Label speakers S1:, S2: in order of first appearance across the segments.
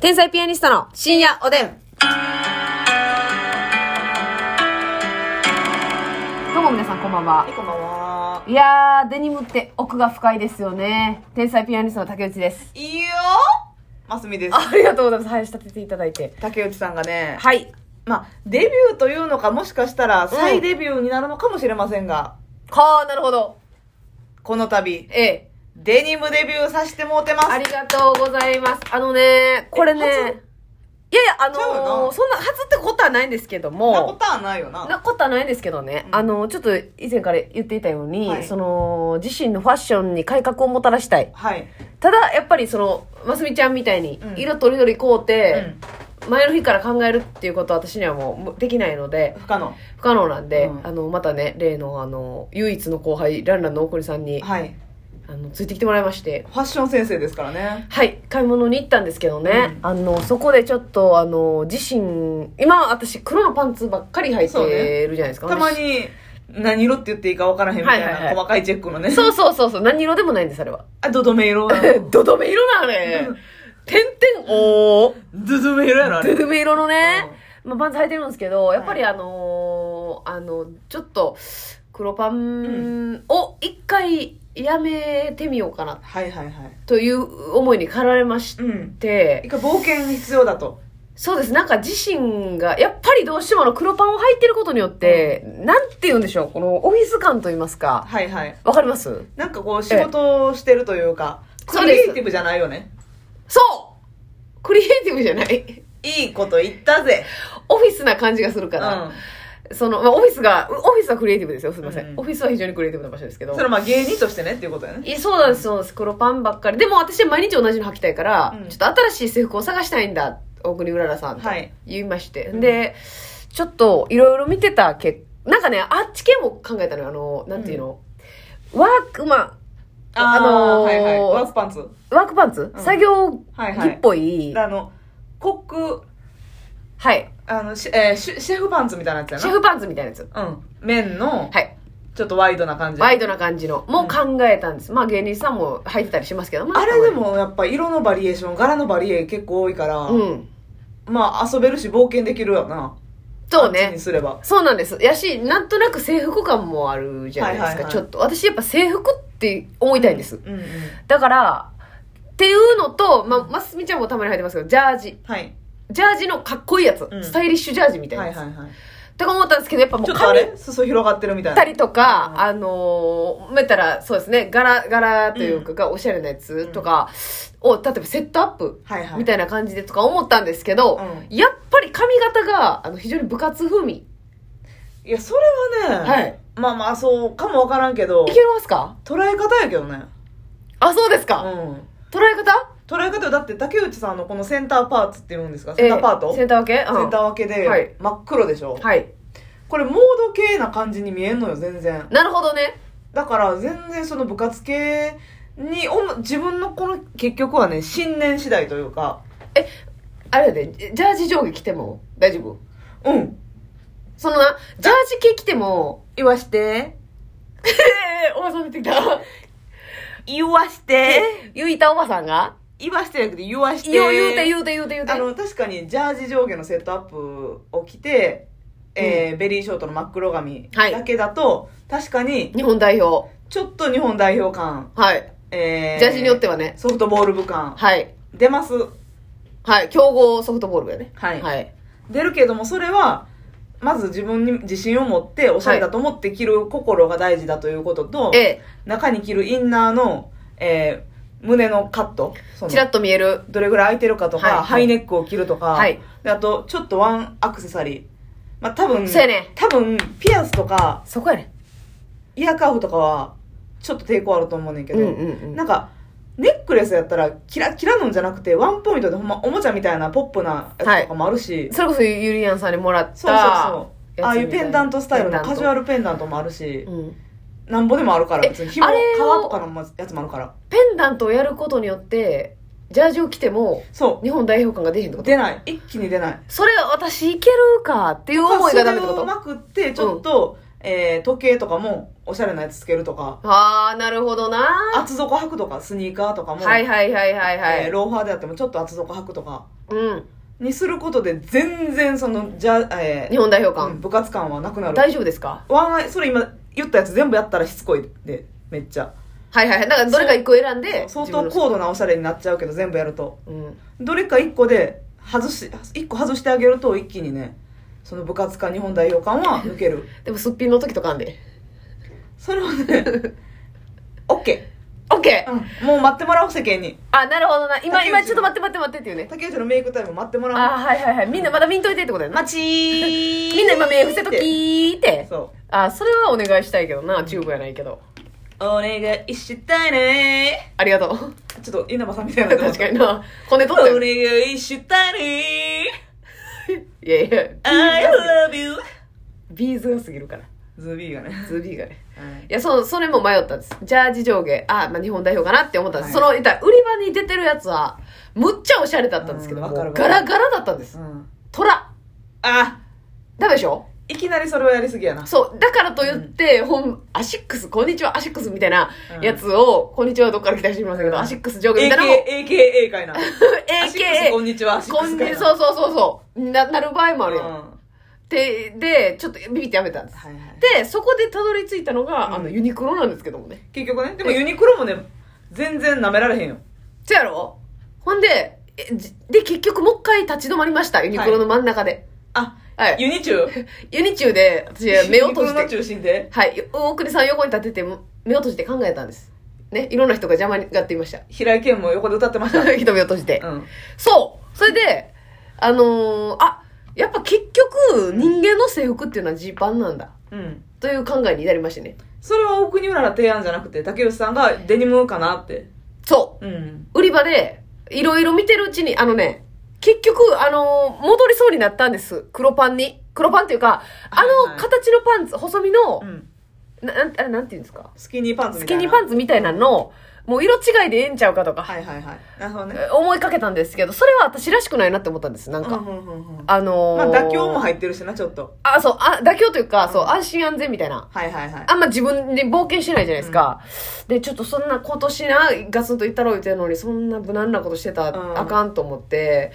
S1: 天才ピアニストの
S2: 深夜おでん。
S1: どうも皆さんこんばんは
S2: こんばんは。
S1: いやーデニムって奥が深いですよね天才ピアニストの竹内です
S2: いいよますみです。
S1: ありがとうございます林立てていただいて
S2: 竹内さんがね、
S1: はい
S2: まあ、デビューというのか、もしかしたら再デビューになるのかもしれませんが、
S1: はあなるほど
S2: この度、
S1: ええ
S2: デニムデビューさせてもうてます。
S1: ありがとうございます。あのね、これね、い
S2: 初
S1: やいや、あ
S2: ちゃう
S1: のー
S2: な
S1: そんな、初ってことはないんですけど
S2: なこ
S1: も、
S2: とはないよな。
S1: なことはないんですけどね、
S2: うん
S1: あの、ちょっと以前から言っていたように、
S2: はい
S1: その、自身のファッションに改革をもたらしたい。
S2: はい。
S1: ただ、やっぱりその、ますみちゃんみたいに
S2: う、ん
S1: 色とりどり買うて、
S2: う
S1: 前の日から考えるっていうことは私にはもうできないので
S2: ん。、不可能。
S1: 不可能なんで、
S2: うん
S1: あの、またね、例のあの、唯一の後輩、ランランの大堀さんに、
S2: はい。
S1: あの、ついてきてもらいまして、
S2: ファッション先生ですからね。
S1: はい買い物に行ったんですけどね、あのそこでちょっとあの自身今私黒のパンツばっかり履い
S2: そう
S1: て
S2: ね
S1: るじゃないですか、
S2: たまに、何色って言っていいか分からへんみたい
S1: はいはいはい
S2: な細かいチェックのね。
S1: そうそうそうそう何色でもないんですあれは
S2: あ、ドドメ色。
S1: ドドメ色なあれ
S2: うん
S1: 点々お
S2: ドドメ色やろ、あ
S1: ド
S2: れ。
S1: ドメ色のね、まあ、パンツ履いてるんですけどやっぱりあのーあのちょっと黒パンを一回やめてみようかな
S2: はいはいはい。
S1: という思いに駆られまし
S2: うん。
S1: て、
S2: 一回冒険必要だと。
S1: そうです。なんか自身が、やっぱりどうしてもあの黒パンを履いてることによって、なんて言うんでしょう、このオフィス感と言いますか。
S2: はいはい。
S1: わかります
S2: なんかこう仕事をしてるというか、
S1: ええそ
S2: ク
S1: う
S2: リ
S1: です
S2: エイティブじゃないよね。
S1: そうクリエイティブじゃない
S2: いいこと言ったぜ。
S1: オフィスな感じがする
S2: う
S1: から。
S2: ん。
S1: その、まあ、オフィスが、うオフィスはクリエイティブですよ。すみません。
S2: うん
S1: オフィスは非常にクリエイティブな場所ですけど
S2: そ。れまあ芸人としてねっていうことやね。
S1: いやそうなんです、そうなんです。黒パンばっかり。でも私は毎日同じの履きたいから、
S2: うん
S1: ちょっと新しい制服を探したいんだ、大国うららさんと
S2: はい
S1: 言いまして。で、ちょっといろいろ見てた結果、なんかね、あっち系も考えたのよ。あの、なんていうの、ワークマあ
S2: ー
S1: のー
S2: はいはい。ワークパンツ。
S1: ン、ワークパンツ、
S2: うん
S1: 作業
S2: はい
S1: 着
S2: は
S1: っ
S2: い。
S1: ぽい。はい。
S2: あの、コック、あの、しえーシェシェフパンツみたいなやつやな。
S1: シェフパンツみたいなやつ。
S2: うん。綿の、
S1: はい。
S2: ちょっとワイドな感じ。
S1: ワイドな感じの。もう考えたんです。まあ芸人さんも履いてたりしますけど、ま
S2: あれで。もやっぱ色のバリエーション、柄のバリエーション結構多いから、
S1: うん。
S2: まあ遊べるし冒険できるよな。
S1: そう
S2: あっち
S1: ね
S2: に。すれば。
S1: そうなんです。やし、なんとなく制服感もあるじゃないですか、
S2: はいはいはい
S1: ちょっと。私やっぱ制服って思いたいんです。
S2: うんうん。
S1: だから、っていうのと、ま、ますみちゃんもたまに履いてますけど、ジャージ。
S2: はい。
S1: ジャージのかっこいいやつ。
S2: うん
S1: スタイリッシュジャージみたいな
S2: は
S1: や
S2: い
S1: つ。
S2: はいはい。
S1: とか思ったんですけど、やっぱも
S2: ち
S1: う
S2: ょっとあ
S1: 髪切
S2: れ裾広がってるみたい
S1: った
S2: な。
S1: りとか、
S2: うん
S1: あのー、めたら、そうですね、柄、柄というか、がおしゃれなやつとかを、例えばセットアップ
S2: はいはい。
S1: みたいな感じでとか思ったんですけど、
S2: う
S1: やっぱり髪型が、あの、非常に部活風味。
S2: いや、それはね、
S1: はい
S2: まあまあ、そうかもわからんけど
S1: い、けますか
S2: 捉え方やけどね。
S1: あ、そうです
S2: う
S1: か、
S2: ん。
S1: 捉え方
S2: 捉え方よだって、竹内さんのこのセンターパーツって言うんですかセ
S1: え
S2: ンターパート、
S1: センター分け、うん
S2: センター分けで、
S1: はい
S2: 真っ黒でしょ、
S1: はい。
S2: これ、モード系な感じに見えんのよ、全然。
S1: なるほどね。
S2: だから、全然その部活系に、おも自分のこの、結局はね、信念次第というか、
S1: あれやで、ジジャージ上下着ても大丈夫
S2: うん。
S1: そのな、ジャージ系着ても、
S2: 言わして。
S1: えー、おばさん見てきた。
S2: 言わして。
S1: ゆいたおばさんが
S2: 言わしてじゃなくて、言わして。
S1: 言う言うて言うて言うて言うて。
S2: あの確かにジャージ上下のセットアップを着て、えーベリーショートの真っ黒髪
S1: はい
S2: だけだと、確かに
S1: 日本代表。
S2: ちょっと日本代表感、
S1: はい。
S2: えー
S1: ジャージによってはね。
S2: ソフトボール部感
S1: はい。
S2: 出ます
S1: はい。強豪ソフトボール部やね。
S2: はい
S1: はい。
S2: 出るけどもそれはまず自分に自信を持っておしゃれだと思って着る心が大事だということと、
S1: え
S2: 中に着るインナーの、えー胸のカットそ
S1: え、
S2: の
S1: ちらっと見える。
S2: どれぐらい空いてるかとか、
S1: はいはい
S2: ハイネックを着るとか、
S1: はい
S2: であとちょっとワンアクセサリーまあ多分
S1: そうやね
S2: 多分ピアスとか
S1: そこやね。
S2: イヤーカーフとかはちょっと抵抗あると思うねんけ
S1: うん
S2: ど、
S1: うんうん。
S2: なんかネックレスやったらキラキラのんじゃなくてワンポイントでほんまおもちゃみたいなポップなやつとかもあるし、
S1: それこそゆりやんさんにもらった。
S2: そうそうそうああいうペンダントスタイルのカジュア
S1: ル。
S2: ルペンダントもあるし、
S1: うん。
S2: なんぼでもあるから別に紐
S1: あ
S2: 皮
S1: れを
S2: とかのやつもあるから
S1: ペンダントをやることによって、ジャージを着ても、
S2: そ
S1: 日本代表感が出へんってこ
S2: う
S1: と
S2: 出ない一気に出ない
S1: それ私いけるかっていう思いがダメってこ
S2: それをう
S1: と
S2: まくってちょっと、えー時計とかもおしゃれなやつつけるとか、
S1: ああ、なるほどな。
S2: 厚底履くとか、スニーカーとかも、
S1: はいはいはいはいはい。
S2: えーローファーであってもちょっと厚底履くとか、
S1: うん。
S2: にすることで、全然その、じゃ、えー
S1: 日本代表
S2: うん
S1: 感。
S2: 部活感はなくなる。
S1: 大丈夫ですか
S2: ワンアイ、それ今言ったやつ全部やったらしつこいで、めっちゃ。
S1: はいはいはい。だからどれか一個選んで、
S2: 相
S1: 自分
S2: 当
S1: の
S2: 高度なおしゃれになっちゃうけど、全部やると。
S1: うん。
S2: どれか一個で、外し、一個外してあげると、一気にね、その部活感、日本代表感は抜ける。
S1: でもすっぴんの時とかあんで。
S2: それはね、 オッケ
S1: オッケ
S2: ー。
S1: ー
S2: うん。もう待ってもらおう、世間に。
S1: あ、なるほどな。今、
S2: 竹内
S1: 今ちょっと待って待って待ってっていうね。
S2: 竹内のメイクタイム待ってもらおう。
S1: あ、はいはいはい。みんなまだ見んといてってことやな。
S2: 待ち ー
S1: みんな今目伏せときーって。
S2: そう。
S1: あ、それはお願いしたいけどな。チューブやないけど。
S2: お願いしたいね
S1: ありがとう。
S2: ー。ちょっと稲葉さんみたい な。
S1: 確かに。な。骨
S2: お
S1: 取ったよ。
S2: 願いしたね
S1: いやいや。
S2: ー。I love you.
S1: ビーズがすぎるから。
S2: ズビーがね。
S1: ズビーがね。
S2: はい
S1: いや、そう、それも迷ったんです。ジャージ上下、あ、まあ、日本代表かなって思ったんです。
S2: はい
S1: その、いったら売り場に出てるやつは、むっちゃおしゃれだったんですけど、
S2: うん
S1: も
S2: わかる
S1: う
S2: わか
S1: ガ
S2: る
S1: ラガラだったんです。
S2: うん。
S1: 虎。
S2: あ、
S1: ダメでしょ
S2: いきなりそれはやりすぎやな。
S1: そう。だからと言って、ほん、アシックス、こんにちは、アシックスみたいな
S2: うん
S1: やつを、こんにちは、どっから来た人いませんけど、
S2: うん
S1: アシックス上下みたいなのを、
S2: AK、AKA かいな。アシックスこ
S1: AKA、
S2: んにちは。アシッ
S1: こ
S2: ク
S1: ん
S2: スかい
S1: に、
S2: な
S1: そうそうそうそう、な、なる場合もある
S2: うん
S1: よ。で、で、ちょっとビビってやめたんです。
S2: はいはい。
S1: で、そこでたどり着いたのが、
S2: うん
S1: あの、ユニクロなんですけどもね。
S2: 結局ね、でもユニクロもね、全然舐められへんよ。
S1: そやろほんで、えじで、結局もう一回立ち止まりました。ユニクロの真ん中で。
S2: あ、
S1: はい。
S2: ユニチュ
S1: ユニチューで、私、目を閉
S2: ユニクロの
S1: じて、
S2: 中心で。
S1: はい。大国さん横に立てて、目を閉じて考えたんです。ね。いろんな人が邪魔になっていました。
S2: 平井堅も横で歌ってました。
S1: 人目を閉じて。
S2: うん。
S1: そうそれで、あのーあ、やっぱ結局、人間の制服っていうのはジーパンなんだ。
S2: うん。
S1: という考えに至りましてね。
S2: それは奥に浦の提案じゃなくて、竹内さんがデニムかなって。
S1: そう。
S2: うん。
S1: 売り場で、いろいろ見てるうちに、あのね、結局、あのー戻りそうになったんです。黒パンに。黒パンっていうか、あ
S2: はいは
S1: の
S2: い
S1: 形のパンツ、細身の
S2: う、ん。
S1: ななんあれなんていうんですか
S2: スキニーパンツ
S1: ス
S2: み
S1: キ
S2: たいな。
S1: ニーパンツみたいなの、もう色違いでええんちゃうかとか、
S2: はいはいはい。なるほどね。
S1: え思いかけたんですけど、それは私らしくないなって思ったんです。なん
S2: うんう
S1: か、
S2: んうんうん。ま
S1: あの
S2: あ、妥協も
S1: っ
S2: 入ってるしな、ちょっと。
S1: あ、そう、あ、妥協というか、そう、
S2: うん
S1: 安心安全みたいな。
S2: はいはいはい。
S1: あんま自分で冒険してないじゃないですか。で、ちょっとそんな今年な、ガツンと言ったろう言ってるのに、そんな無難なことしてた
S2: うん
S1: らあかんと思って、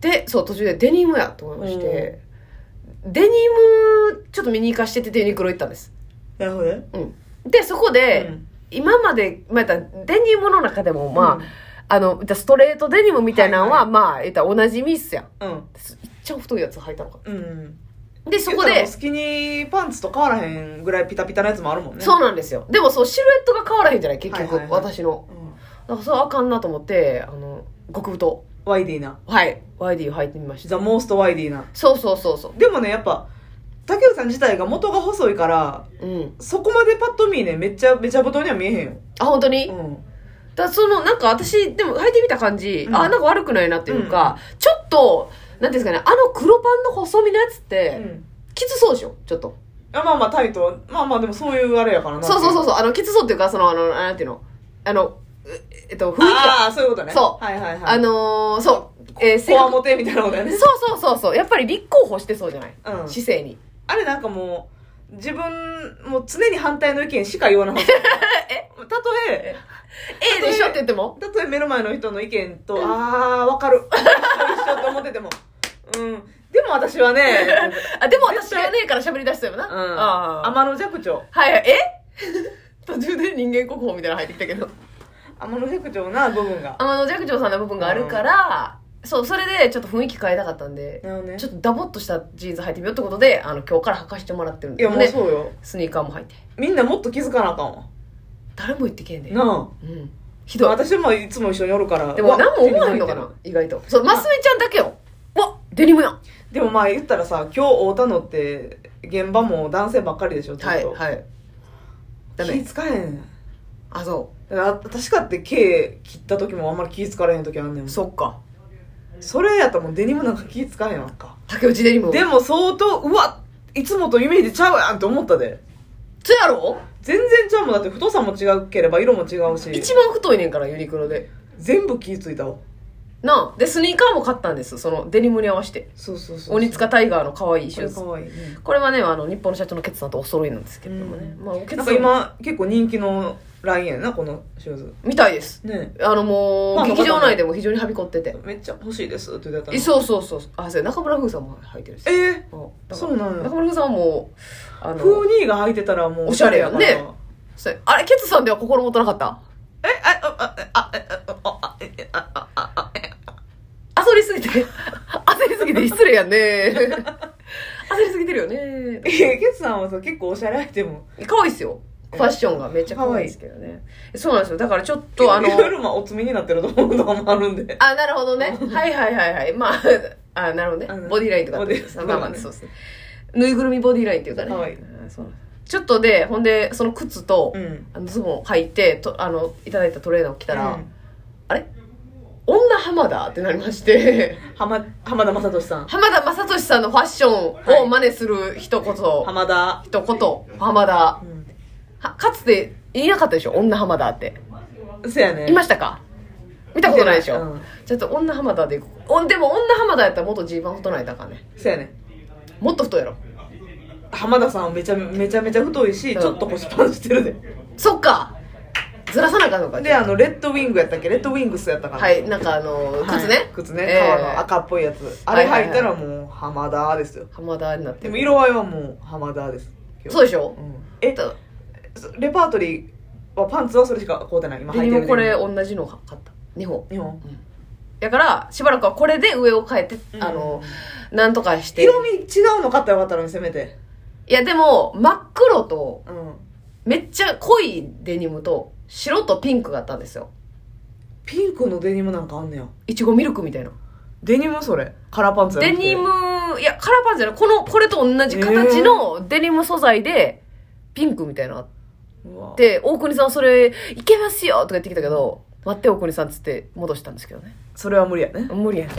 S1: で、そう、途中でデニムやと思いまして、デニム、ちょっと見に行かしててユニクロ行ったんです。
S2: なるほどね。
S1: うん。で、そこで、
S2: うん
S1: 今まで、まあ、言ったらデニムの中でも、まあ、
S2: うん
S1: あの、言ったらストレートデニムみたいなのは、
S2: はい
S1: まあ、言ったらおなじみっすやん。
S2: うん。
S1: すいっちゃん太いやつ履いたのか。
S2: うん。
S1: で、そこ
S2: 言ったら
S1: で、
S2: スキニーパンツと変わらへんぐらいピタピタなやつもあるもんね。
S1: そう
S2: な
S1: なんですよ。でも、そう、シルエットが変わらへんじゃない結局、
S2: はいはいはい
S1: 私の。
S2: ん。
S1: だからそれはあかんなと思って、あの、極太。
S2: ワイディーな。
S1: はい。YD を履いてみました。
S2: ザ・モーストワイディーな。
S1: そうそうそうそ
S2: でもね、やっぱ、竹内さん自体が元が細いから、
S1: う。うん。
S2: そこまでパッと見ね、めっちゃべちゃ太には見えへんよ。
S1: あ、本当に、だ
S2: うん。
S1: からその、なんか私、でも履いてみた感じ、
S2: うん
S1: あ、なんか悪くないなっていうか、ちょっと、なんていうんですかね、あの黒パンの細身のやつって、
S2: うん。
S1: きつそうでしょちょっと。
S2: あまあまあ、タイト。まあまあ、でもそういうあれやからな。
S1: そうそうそう
S2: う。
S1: そう。あの、きつそうっていうか、その、あの、なんていうのあの、ええっと、雰囲気が。
S2: ああ、そういうことね。
S1: そう
S2: はいはいはい。
S1: あ、のー、そう。えー、性
S2: コア
S1: 格
S2: モテみたいなことや
S1: そ
S2: ね
S1: う。そうそうそう。やっぱり立候補してそうじゃない、
S2: うん
S1: 姿勢に。
S2: あれなんかもう、自分、もう常に反対の意見しか言わなかった。 えたと
S1: え
S2: え、
S1: えでしょって言っても。
S2: たとえ目の前の人の意見と、ああ、わかる。一緒って思ってても。うん。でも私はね、
S1: あ、でも私がねえから喋り出したよな。
S2: うん。
S1: ああ。
S2: 天の弱長。
S1: はいはい、え 途中で人間国宝みたいなの入ってきたけど。
S2: 天の弱長な部分が。
S1: あの、寂聴さんの部分があるから、そう、それでちょっと雰囲気変えたかったんで、
S2: なるほどね
S1: ちょっとダボっとしたジーンズ履いてみようってことで、あの、今日から履かしてもらってるん
S2: い
S1: で
S2: や、
S1: す
S2: もう
S1: ね。
S2: そうよ。
S1: スニーカーも履いて。
S2: みんなもっと気づかなあかんわ。
S1: 誰も言ってけんで。
S2: なあ。
S1: うん。ひどい。
S2: 私もいつも一緒におるから。
S1: でも
S2: うわ
S1: 何も思わへんのかな、意外と。そう、ますみちゃんだけよ。わデニムやん。
S2: でもまあ言ったらさ、今日会うたのって、現場も男性ばっかりでしょ、ずっと。
S1: はい、はい。ダ
S2: 気
S1: メ。
S2: 使えへん。
S1: あ、そ
S2: だから確かって毛切った時もあんまり気使われへん時あんねん
S1: う。そ
S2: そ
S1: っか。
S2: れやったらもうデニムなんか気使えへんわんか
S1: 竹内デニム。
S2: でも相当うわいつもとイメージちゃうやんって思ったで
S1: そやろ
S2: 全然ちゃうもんだって太さも違うければ色も違うし
S1: 一番太いねんから、ユニクロで。
S2: 全部気ぃついたわ
S1: なあでスニーカーも買ったんですそのデニムに合わせて
S2: そうそうそう
S1: 鬼塚タイガーの可愛いシ
S2: こ
S1: ュー
S2: れ
S1: ズ
S2: か
S1: こ
S2: わいい、
S1: れはねあの日本の社長のケツさんとお揃いなんですけれどもね、
S2: う
S1: まあおケ
S2: な
S1: ツ
S2: ん
S1: さん
S2: か今結構人気のラインやなこのシューズ
S1: みたいです
S2: ね
S1: あのもう、
S2: まあ
S1: 劇場内でも非常にはびこってて、
S2: めっちゃ欲しいですって言ってた
S1: えそうそうそうあそうや中村風さんも履いてるんですよ
S2: えー、
S1: うんだから
S2: そうなん
S1: 中
S2: や
S1: 村風さんはもうあの
S2: フーニーが履いてたらもう
S1: おしゃれや
S2: お
S1: ね
S2: しゃれやから
S1: そうやあれケツさんでは心もとなかった
S2: えああああああああああ
S1: 焦りすぎて 焦りすぎて失礼や ね焦りすぎてるよね
S2: いやケツさんはさ結構おしゃれアイテム
S1: 可愛いですよファッションがめっちゃ可愛いですけどねそうなんですよだからちょっとあ の
S2: いろいろまあお詰めになってると思うとかもあるんで
S1: あなるほどねはいはいはいはいまああなるほど
S2: あ
S1: ね
S2: の
S1: ボディラインとか
S2: ボディ
S1: まあまあそうですねぬいぐるみボディラインっていうかね
S2: 可愛い
S1: うんそうなんですちょっとでほんでその靴と、
S2: ん
S1: あのズボンを履いてとあのいただいたトレーナーを着たら、
S2: うん
S1: 女浜田ってなりまして
S2: 浜浜田雅俊さん
S1: 浜田雅俊さんのファッションを真似する一言、
S2: 浜田
S1: 一言浜田
S2: う
S1: はかつて言いなかったでしょ女浜田って
S2: んそやね
S1: いましたか見たことないでしょ、
S2: うん
S1: ちょっと女浜田で行こうおでも女浜田やったら元 G 版太ないだからね
S2: そやね
S1: もっと太いやろ
S2: 浜田さんめちゃめちゃめちゃ太いし、
S1: うん
S2: ちょっと腰パンしてるで
S1: そっかずらさなあかんのか
S2: であのレッドウィングやったっけレッドウィングスやったかな
S1: はいなんかあの
S2: はい
S1: 靴ね、
S2: 靴ね
S1: えー
S2: 革の赤っぽいやつ、あれ履いたらもう浜田ですよ
S1: 浜田になって
S2: で
S1: る
S2: も色合いはもう浜田です
S1: そう
S2: う、
S1: でしょ、
S2: ん、え
S1: と
S2: そレパートリーはパンツはそれしか買うてない今
S1: デ
S2: 履い
S1: ニ
S2: てる
S1: ムこれ
S2: デニ
S1: 同じの買った2本
S2: ム日本
S1: だからしばらくはこれで上を変えて、
S2: うん
S1: あのなんとかして
S2: 色味違うの買ったらよかったのにせめて
S1: いやでも真っ黒と
S2: うん
S1: めっちゃ濃いデニムと白とピンクがあったんですよ
S2: ピンクのデニムなんかあんねや
S1: いちごミルクみたいな
S2: デニムそれカラーパンツや
S1: デ
S2: なくて
S1: ニムいやカラーパンツじゃないこのこれと同じ形のデニム素材でピンクみたいなのあっ
S2: うわ
S1: て大国さんそれいけますよとか言ってきたけど待って大国さんっつって戻したんですけどね
S2: それは無理やね
S1: 無理やね